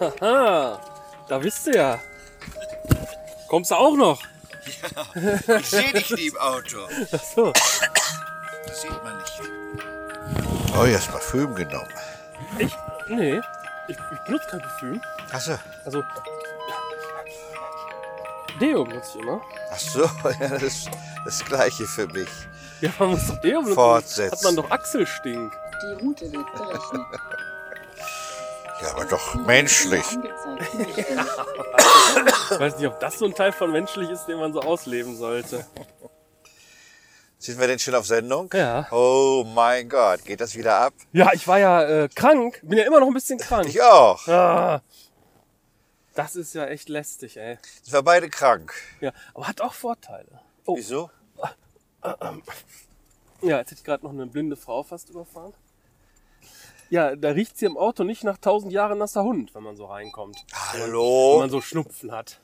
Haha, Ah, da bist du ja. Kommst du auch noch? Ich sehe dich nie im Auto. Ach so. Das sieht man nicht. Oh, jetzt Parfüm genommen. Ich? Nee. Ich, ich benutze kein Parfüm. Achso, Also. Deo benutze ich immer. achso, ja, das ist das Gleiche für mich. Ja, man muss doch Deo benutzen. Fortsetzen. Hat man doch Achselstink. Die Route wird berechnet. Ja, aber doch menschlich. Angezeigt. Ich weiß nicht, ob das so ein Teil von menschlich ist, den man so ausleben sollte. Sind wir denn schon auf Sendung? Ja. Oh mein Gott, geht das wieder ab? Ja, ich war ja äh, krank. Bin ja immer noch ein bisschen krank. Ich auch. Ah, das ist ja echt lästig, ey. Sind wir beide krank? Ja, aber hat auch Vorteile. Oh, Wieso? ja, jetzt hätte ich gerade noch eine blinde Frau fast überfahren. Ja, da riecht's hier im Auto nicht nach tausend Jahren nasser Hund, wenn man so reinkommt. Wenn Hallo? man so Schnupfen hat.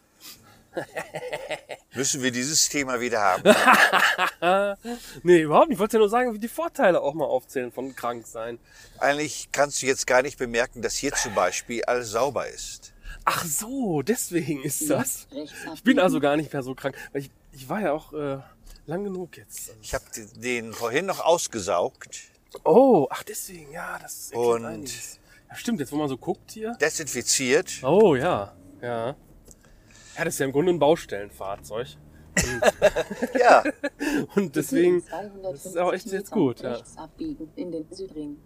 Müssen wir dieses Thema wieder haben? Nee, überhaupt nicht. Ich wollte ja nur sagen, wie die Vorteile auch mal aufzählen von krank sein. Eigentlich kannst du jetzt gar nicht bemerken, dass hier zum Beispiel alles sauber ist. Ach so, deswegen ist das. Rechts Ich bin abbiegen. also gar nicht mehr so krank. Weil ich, ich war ja auch äh, lang genug jetzt. Ich habe den vorhin noch ausgesaugt, Oh, ach deswegen, ja, das ist erklärt Und- einiges. Ja, stimmt, jetzt wo man so guckt hier. desinfiziert. Oh ja, ja. Ja, das ist ja im Grunde ein Baustellenfahrzeug. Ja, Und deswegen, In 250 das ist auch echt jetzt gut. Metern Ja. Rechts abbiegen in den Südring.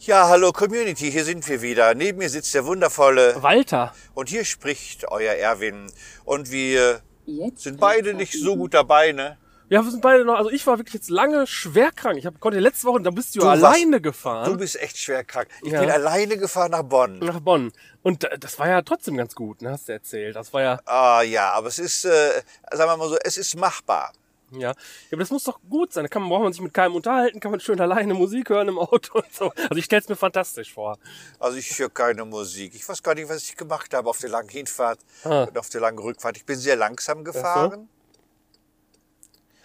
ja, hallo Community, hier sind wir wieder. Neben mir sitzt der wundervolle Walter, und hier spricht euer Erwin. Und wir Jetzt sind beide rechts nicht abbiegen. so gut dabei, ne? ja, wir sind beide noch, also ich war wirklich jetzt lange schwer krank. Ich hab, konnte letzte Woche, da bist du, Du warst- alleine Du gefahren bist echt schwer krank. Ich Ja. bin alleine gefahren nach Bonn. nach Bonn. Und äh, das war ja trotzdem ganz gut, ne, hast du erzählt. Das war ja, Ah ja, aber es ist, äh, sagen wir mal so, es ist machbar. ja. ja aber das muss doch gut sein. Da kann man, braucht man sich mit keinem unterhalten, kann man schön alleine Musik hören im Auto und so. Also ich stell's mir fantastisch vor. Also ich höre keine Musik. Ich weiß gar nicht, was ich gemacht habe auf der langen Hinfahrt Ah. und auf der langen Rückfahrt. Ich bin sehr langsam gefahren.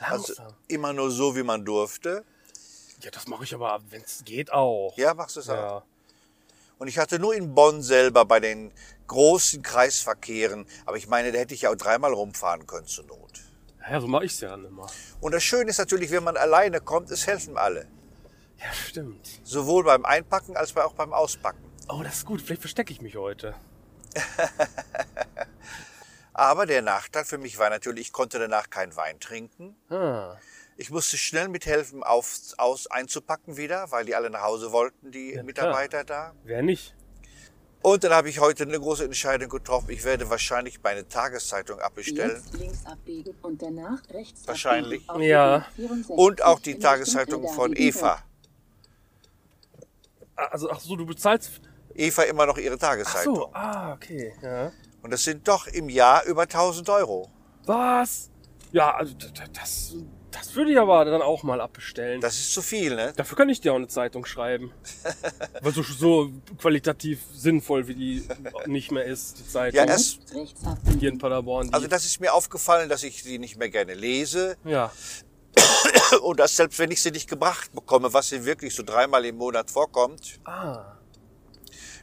Also Langsam. immer nur so, wie man durfte. ja, das mache ich aber, wenn's geht, auch. Ja, machst du es auch. ja. Und ich hatte nur in Bonn selber bei den großen Kreisverkehren, aber ich meine, da hätte ich ja auch dreimal rumfahren können zur Not. Ja, so mache ich's ja dann immer. Und das Schöne ist natürlich, wenn man alleine kommt, es helfen alle. Ja, stimmt. Sowohl beim Einpacken als auch beim Auspacken. Oh, das ist gut. Vielleicht verstecke ich mich heute. Aber der Nachteil für mich war natürlich, ich konnte danach keinen Wein trinken. Ah. Ich musste schnell mithelfen, auf, aus einzupacken wieder, weil die alle nach Hause wollten, die Ja, Mitarbeiter da. Wer nicht? Und dann habe ich heute eine große Entscheidung getroffen. Ich werde wahrscheinlich meine Tageszeitung abbestellen. Jetzt links abbiegen und danach rechts Wahrscheinlich. abbiegen. Auf Ja. die 64 Und auch die in Richtung Tageszeitung Tel von Aviv. Eva. Also, ach so, du bezahlst. Eva immer noch ihre Ach so, Tageszeitung. ah, okay. Ja. Und das sind doch im Jahr über 1000 Euro. Was? Ja, also, d- d- das, das würde ich aber dann auch mal abbestellen. Das ist zu viel, ne? Dafür kann ich dir auch eine Zeitung schreiben. Weil so, so qualitativ sinnvoll wie die nicht mehr ist, die Zeitung. Ja, erst, Jetzt rechts abbiegen. hier in Paderborn. Die, also das ist mir aufgefallen, dass ich sie nicht mehr gerne lese. ja. Und dass selbst wenn ich sie nicht gebracht bekomme, was sie wirklich so dreimal im Monat vorkommt, Ah.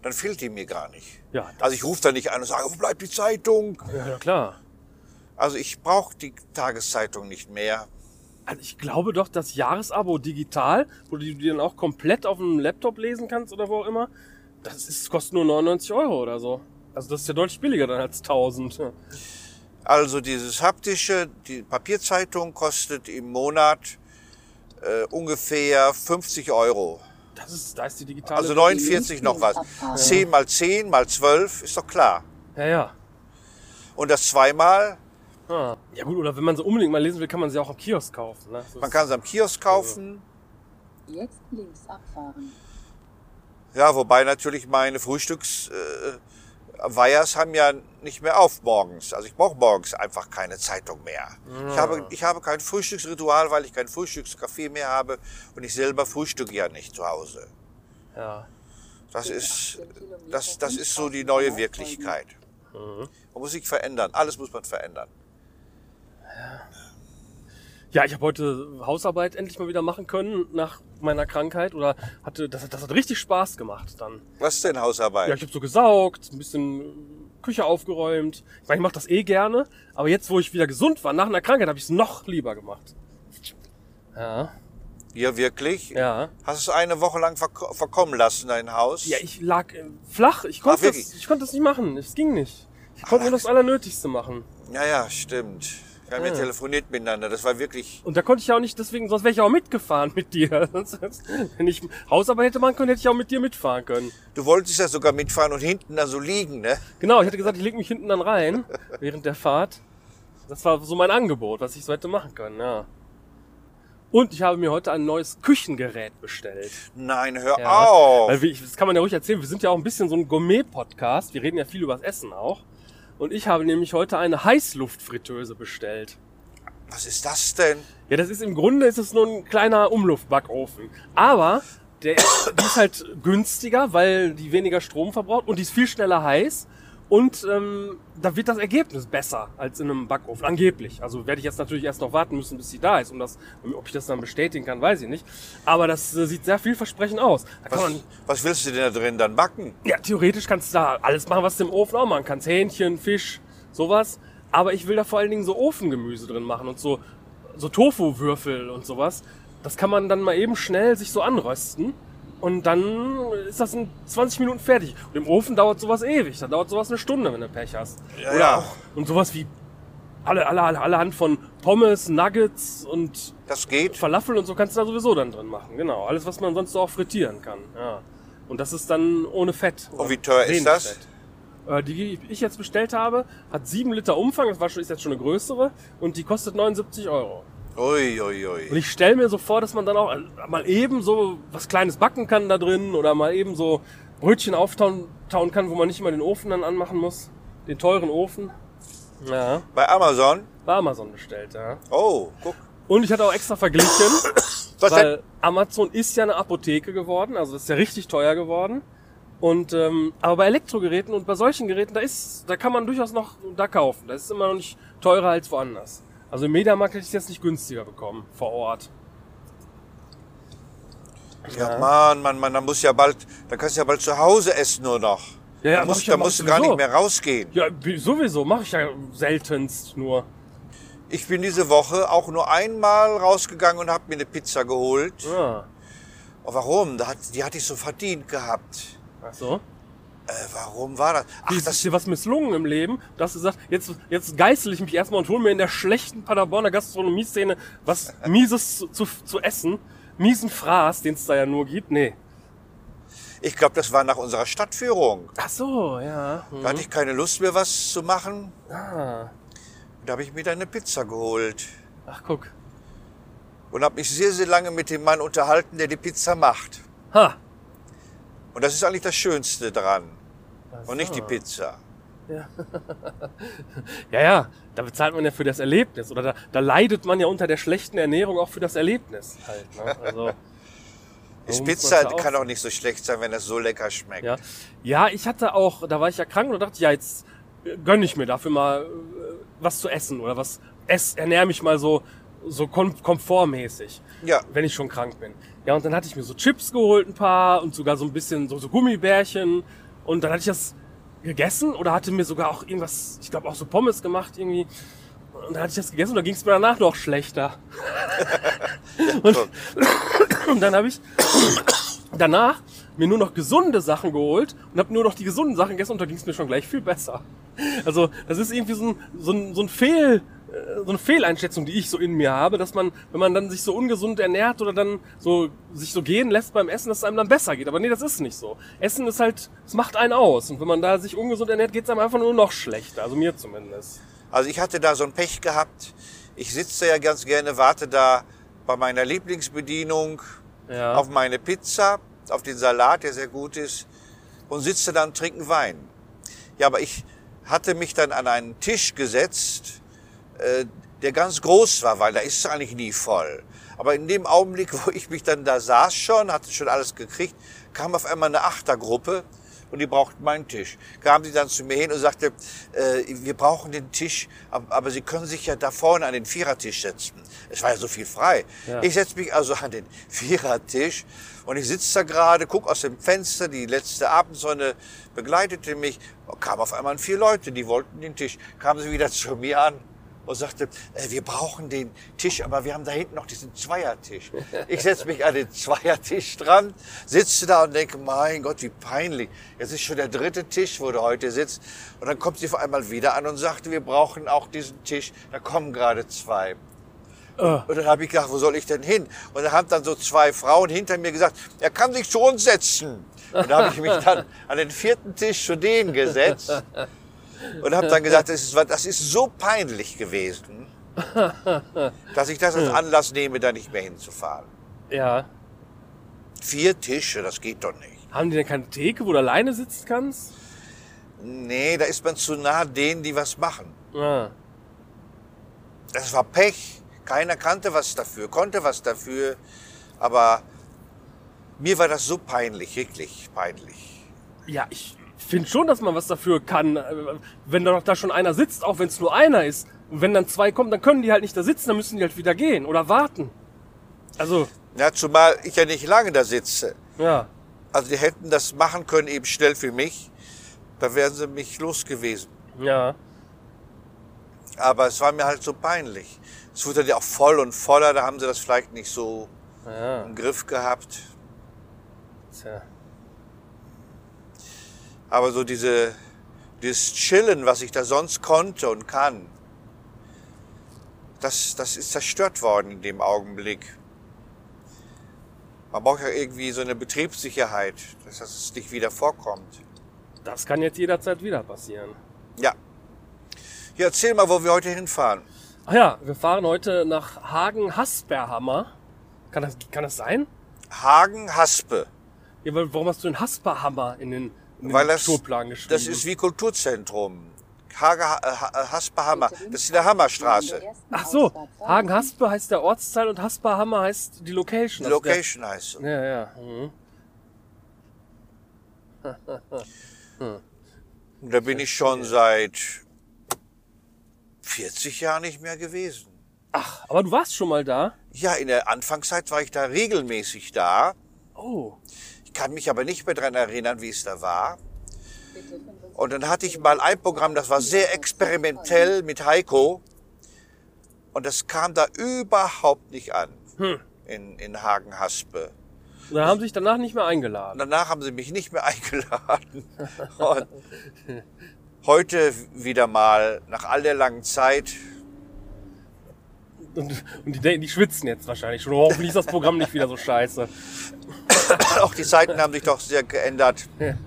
dann fehlt die mir gar nicht. Ja, das, Also ich rufe da nicht an und sage, wo bleibt die Zeitung? ja, ja, klar. Also ich brauche die Tageszeitung nicht mehr. Also ich glaube doch, das Jahresabo digital, wo du die dann auch komplett auf dem Laptop lesen kannst oder wo auch immer, das ist, kostet nur 99 Euro oder so. Also das ist ja deutlich billiger dann als 1000. Ja. Also dieses haptische, die Papierzeitung kostet im Monat äh, ungefähr 50 Euro. Das ist, da ist die digitale. Also 49 noch was. 10 mal 10 mal 12 ist doch klar. ja, ja. Und das zweimal, Ah. Ja gut, oder wenn man sie unbedingt mal lesen will, kann man sie auch am Kiosk kaufen. Ne? So man ist- kann es am Kiosk kaufen. Jetzt links abfahren. Ja, wobei natürlich meine Frühstücks... Äh, Weihers haben ja nicht mehr auf morgens. Also ich brauche morgens einfach keine Zeitung mehr. Ich, habe, ich habe kein Frühstücksritual, weil ich kein Frühstückskaffee mehr habe und ich selber frühstücke ja nicht zu Hause. Ja. Das ist, das, das ist so die neue Wirklichkeit. Man muss sich verändern. Alles muss man verändern. Ja, ich habe heute Hausarbeit endlich mal wieder machen können nach meiner Krankheit oder hatte das, hat- das hat richtig Spaß gemacht dann. Was ist denn Hausarbeit? Ja, ich habe so gesaugt, ein bisschen Küche aufgeräumt. Ich meine, ich mache das eh gerne, aber jetzt, wo ich wieder gesund war nach einer Krankheit, habe ich es noch lieber gemacht. Ja, Ja, wirklich? ja. Hast du es eine Woche lang verk verkommen lassen, dein Haus? Ja, ich lag äh, flach. Ich konnte, Ach, das, wirklich? ich konnte das nicht machen. Es ging nicht. Ich konnte nur das Allernötigste machen. ja, ja, stimmt. Wir Ah. haben ja telefoniert miteinander. Das war wirklich. Und da konnte ich ja auch nicht, deswegen, sonst wäre ich auch mitgefahren mit dir. Sonst- sonst- Wenn ich Hausarbeit hätte machen können, hätte ich auch mit dir mitfahren können. Du wolltest ja sogar mitfahren und hinten dann so liegen, ne? Genau, ich hatte gesagt, ich lege mich hinten dann rein während der Fahrt. Das war so mein Angebot, was ich so hätte machen können, ja. Und ich habe mir heute ein neues Küchengerät bestellt. Nein, hör Ja. auf. Weil wir, ich, das kann man ja ruhig erzählen. Wir sind ja auch ein bisschen so ein Gourmet-Podcast. Wir reden ja viel über das Essen auch. Und ich habe nämlich heute eine Heißluftfritteuse bestellt. Was ist das denn? Ja, das ist im Grunde ist es nur ein kleiner Umluftbackofen. Aber der ist, die ist halt günstiger, weil die weniger Strom verbraucht und die ist viel schneller heiß. Und ähm, da wird das Ergebnis besser als in einem Backofen, angeblich. Also werde ich jetzt natürlich erst noch warten müssen, bis sie da ist. Um das, ob ich das dann bestätigen kann, weiß ich nicht. Aber das äh, sieht sehr vielversprechend aus. Da kann Was, man, was willst du denn da drin dann backen? ja, theoretisch kannst du da alles machen, was du im Ofen auch machen kannst. Hähnchen, Fisch, sowas. Aber ich will da vor allen Dingen so Ofengemüse drin machen und so, so Tofu-Würfel und sowas. Das kann man dann mal eben schnell sich so anrösten. Und dann ist das in 20 Minuten fertig. Und im Ofen dauert sowas ewig. Da dauert sowas eine Stunde, wenn du Pech hast. Ja, ja. Und sowas wie alle, alle, alle, alle Hand von Pommes, Nuggets und Das geht. Falafel und so kannst du da sowieso dann drin machen. Genau. Alles, was man sonst so auch frittieren kann. Ja. Und das ist dann ohne Fett. Und wie teuer ist Wenig das? Äh, Die die ich jetzt bestellt habe, hat 7 Liter Umfang, das war schon, ist jetzt schon eine größere, und die kostet 79 Euro. Ui, ui, Und ui. ich stelle mir so vor, dass man dann auch äh, mal eben so was Kleines backen kann da drin oder mal eben so Brötchen auftauen tauen kann, wo man nicht immer den Ofen dann anmachen muss. Den teuren Ofen. Ja, Bei Amazon? bei Amazon bestellt, ja. Oh, guck. Und ich hatte auch extra verglichen. Was denn? Weil Amazon ist ja eine Apotheke geworden, also das ist ja richtig teuer geworden. Und ähm, aber bei Elektrogeräten und bei solchen Geräten, da ist, da kann man durchaus noch da kaufen. Das ist immer noch nicht teurer als woanders. Also im Mediamarkt hätte ich es jetzt nicht günstiger bekommen vor Ort. Ja, Mann, Mann, Mann, dann musst du ja bald, dann kannst du ja bald zu Hause essen nur noch. Ja, ja, dann mach ich musst, ja, dann mach musst du ich gar sowieso. nicht mehr rausgehen. Ja, wie- sowieso mache ich ja seltenst nur. Ich bin diese Woche auch nur einmal rausgegangen und habe mir eine Pizza geholt. Ja. Oh, warum? Da hat, die hatte ich so verdient gehabt. Ach so. Äh, warum war das? Ach, Ach, das ist das, dir was misslungen im Leben, dass du sagst, jetzt, jetzt geißel ich mich erstmal und hol mir in der schlechten Paderborner Gastronomie-Szene was Mieses zu, zu, zu essen. Miesen Fraß, den es da ja nur gibt. Nee. ich glaube, das war nach unserer Stadtführung. Ach so, ja. Hm. Da hatte ich keine Lust mehr, was zu machen. Ah. Da habe ich mir dann eine Pizza geholt Ach, guck. und habe mich sehr, sehr lange mit dem Mann unterhalten, der die Pizza macht. Ha. Und das ist eigentlich das Schönste dran. Ach Und nicht die so. Pizza. Ja, ja. Da bezahlt man ja für das Erlebnis. Oder da, da leidet man ja unter der schlechten Ernährung auch für das Erlebnis halt. Ne? Also, Ist muss Pizza man's ja kann auch nicht so schlecht sein, wenn das so lecker schmeckt. Ja. ja, ich hatte auch, da war ich ja krank und dachte, ja, jetzt äh, gönn ich mir dafür mal äh, was zu essen oder was ess, ernähre mich mal so, so kom komfortmäßig, Ja. wenn ich schon krank bin. Ja, und dann hatte ich mir so Chips geholt, ein paar und sogar so ein bisschen so, so Gummibärchen und dann hatte ich das gegessen oder hatte mir sogar auch irgendwas, ich glaube auch so Pommes gemacht irgendwie. Und dann hatte ich das gegessen und dann ging es mir danach noch schlechter. guck. Und dann habe ich danach mir nur noch gesunde Sachen geholt und habe nur noch die gesunden Sachen gegessen und da ging es mir schon gleich viel besser. Also das ist irgendwie so ein, so ein, so ein Fehl, äh, so eine Fehleinschätzung, die ich so in mir habe, dass man, wenn man dann sich so ungesund ernährt oder dann so sich so gehen lässt beim Essen, dass es einem dann besser geht. Aber nee, das ist nicht so. Essen ist halt, es macht einen aus und wenn man da sich ungesund ernährt, geht es einem einfach nur noch schlechter. Also mir zumindest. Also ich hatte da so ein Pech gehabt. Ich sitze ja ganz gerne, warte da bei meiner Lieblingsbedienung Ja. auf meine Pizza, auf den Salat, der sehr gut ist, und sitze dann und trinken Wein. Ja, aber ich hatte mich dann an einen Tisch gesetzt, äh, der ganz groß war, weil da ist es eigentlich nie voll. Aber in dem Augenblick, wo ich mich dann da saß schon, hatte schon alles gekriegt, kam auf einmal eine Achtergruppe und die brauchten meinen Tisch. Kamen sie dann zu mir hin und sagte, äh, wir brauchen den Tisch, ab- aber Sie können sich ja da vorne an den Vierertisch setzen. Es war ja so viel frei. Ja. Ich setze mich also an den Vierertisch und ich sitze da gerade, guck aus dem Fenster, die letzte Abendsonne begleitete mich, kam auf einmal vier Leute, die wollten den Tisch. Kamen sie wieder zu mir an und sagte, äh, wir brauchen den Tisch, aber wir haben da hinten noch diesen Zweiertisch. Ich setze mich an den Zweiertisch dran, sitze da und denke, mein Gott, wie peinlich. Jetzt ist schon der dritte Tisch, wo du heute sitzt. Und dann kommt sie vor einmal wieder an und sagte, wir brauchen auch diesen Tisch. Da kommen gerade zwei. Und dann habe ich gedacht, wo soll ich denn hin? Und dann haben dann so zwei Frauen hinter mir gesagt, er kann sich zu uns setzen. Und da habe ich mich dann an den vierten Tisch zu denen gesetzt und habe dann gesagt, das ist, das ist so peinlich gewesen, dass ich das als Anlass nehme, da nicht mehr hinzufahren. Ja. Vier Tische, das geht doch nicht. Haben die denn keine Theke, wo du alleine sitzen kannst? Nee, da ist man zu nah denen, die was machen. Ja. Das war Pech. Keiner kannte was dafür, konnte was dafür. Aber mir war das so peinlich, wirklich peinlich. Ja, ich finde schon, dass man was dafür kann. äh, Wenn da doch da schon einer sitzt, auch wenn es nur einer ist. Und wenn dann zwei kommen, dann können die halt nicht da sitzen, dann müssen die halt wieder gehen oder warten. Also, Ja, zumal ich ja nicht lange da sitze. ja. Also die hätten das machen können, eben schnell für mich. Da wären sie mich los gewesen. Ja. Aber es war mir halt so peinlich. Es wurde dann ja auch voll und voller, da haben sie das vielleicht nicht so Ja. im Griff gehabt. Tja. Aber so diese, dieses Chillen, was ich da sonst konnte und kann, das, das ist zerstört worden in dem Augenblick. Man braucht ja irgendwie so eine Betriebssicherheit, dass das es nicht wieder vorkommt. Das kann jetzt jederzeit wieder passieren. Ja. Ja, erzähl mal, wo wir heute hinfahren. Ach ja, wir fahren heute nach Hagen-Hasperhammer. Kann das, kann das sein? Hagen Haspe. Ja, weil- warum hast du den Hasperhammer in den, in Weil den das, Tourplan geschrieben? das ist wie Kulturzentrum. Hager, äh, Ha- Haspehammer, Bitte das ist links in der abbiegen, in Hammerstraße. der ersten Ach so, Ausfahrt fahren Sie Hagen-Haspe heißt der Ortsteil und Hasperhammer heißt die Die Location. also der- Location heißt so. Ja, ja. Mhm. Und da bin ich schon seit 40 Jahren nicht mehr gewesen. Aber du warst schon mal da. Ja, in der Anfangszeit war ich da regelmäßig da. Oh. Ich kann mich aber nicht mehr dran erinnern, wie es da war. bitte 25 Und dann hatte ich mal ein Programm, das war sehr experimentell mit Heiko. Und das kam da überhaupt nicht an. Hm. In, in Hagen-Haspe. Und dann haben sie sich danach nicht mehr eingeladen. Danach haben sie mich nicht mehr eingeladen. Und heute wieder mal, nach all der langen Zeit, Und, und die, denken, die schwitzen jetzt wahrscheinlich schon. Hoffentlich ist das Programm nicht wieder so scheiße. auch die Zeiten haben sich doch sehr geändert. Sind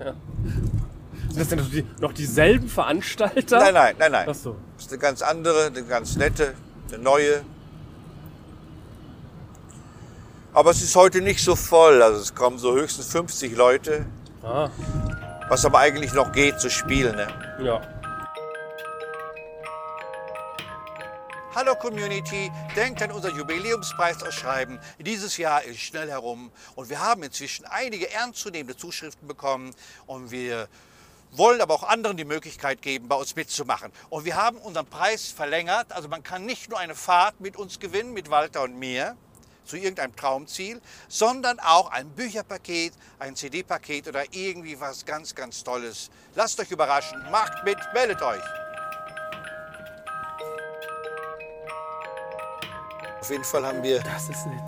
das denn noch, die, noch dieselben Veranstalter? Nein, nein, nein, nein. Ach Das so. ist eine ganz andere, eine ganz nette, eine neue. Aber es ist heute nicht so voll. Also es kommen so höchstens 50 Leute, Ah, was aber eigentlich noch geht zu spielen. Ne? ja. Hallo Community, denkt an unser Jubiläumspreisausschreiben. Dieses Jahr ist schnell herum und wir haben inzwischen einige ernstzunehmende Zuschriften bekommen und wir wollen aber auch anderen die Möglichkeit geben, bei uns mitzumachen. Und wir haben unseren Preis verlängert. Also man kann nicht nur eine Fahrt mit uns gewinnen, mit Walter und mir zu irgendeinem Traumziel, sondern auch ein Bücherpaket, ein CD-Paket oder irgendwie was ganz, ganz Tolles. Lasst euch überraschen, macht mit, meldet euch. Auf jeden Fall haben wir Das ist nett.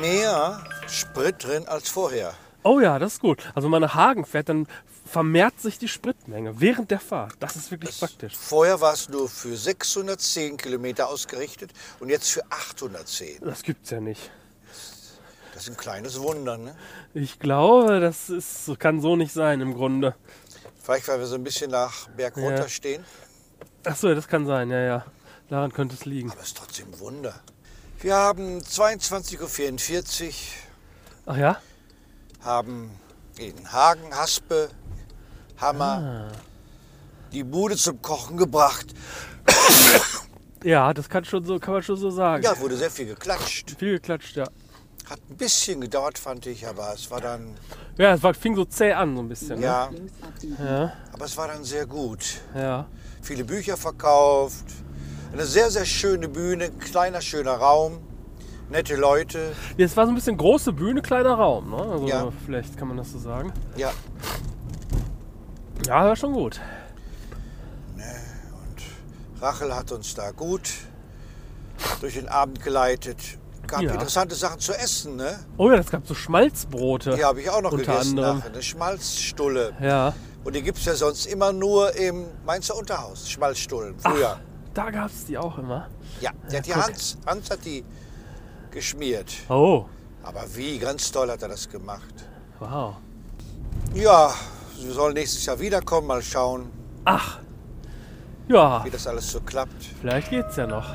mehr Sprit drin als vorher. Oh ja, das ist gut. Also wenn man nach Hagen fährt, dann vermehrt sich die Spritmenge während der Fahrt. Das ist wirklich praktisch. Vorher war es nur für 610 Kilometer ausgerichtet und jetzt für 810. Das gibt's ja nicht. Das ist ein kleines Wunder. Ne? Ich glaube, das ist, kann so nicht sein im Grunde. Vielleicht, weil wir so ein bisschen nach Berg runter stehen. Ach so, ja, das kann sein, ja, ja. Daran könnte es liegen. Aber es ist trotzdem ein Wunder. Wir haben 22.44 Uhr, Ach ja? haben in Hagen, Haspe, Hammer die Bude zum Kochen gebracht. Ja, das kann, schon so, kann man schon so sagen. Ja, wurde sehr viel geklatscht. Viel geklatscht, ja. Hat ein bisschen gedauert, fand ich, aber es war dann, Ja, es war, fing so zäh an, so ein bisschen. Ne? ja, Links abbiegen. Ja. aber es war dann sehr gut. Ja. Viele Bücher verkauft, eine sehr, sehr schöne Bühne, kleiner, schöner Raum, nette Leute. Es war so ein bisschen große Bühne, kleiner Raum. Ne? Also Ja. vielleicht kann man das so sagen. Ja, Ja, war schon gut. Rachel hat uns da gut durch den Abend geleitet. Gab Ja. interessante Sachen zu essen, ne? Oh ja, es gab so Schmalzbrote. Die habe ich auch noch Unter gegessen. anderem. nachher, Eine Schmalzstulle. Ja. Und die gibt es ja sonst immer nur im Mainzer Unterhaus, Schmalzstullen, früher. Da gab es die auch immer. Ja, die hat die guck. Hans, Hans hat die geschmiert. Oh, Aber wie, ganz toll hat er das gemacht. wow. Ja, wir sollen nächstes Jahr wiederkommen, mal schauen, Ach. Ja, wie das alles so klappt. vielleicht geht's ja noch.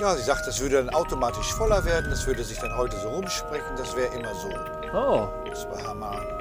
Ja, sie sagt, das würde dann automatisch voller werden, das würde sich dann heute so rumsprechen, das wäre immer so. Oh. Das war Hammer.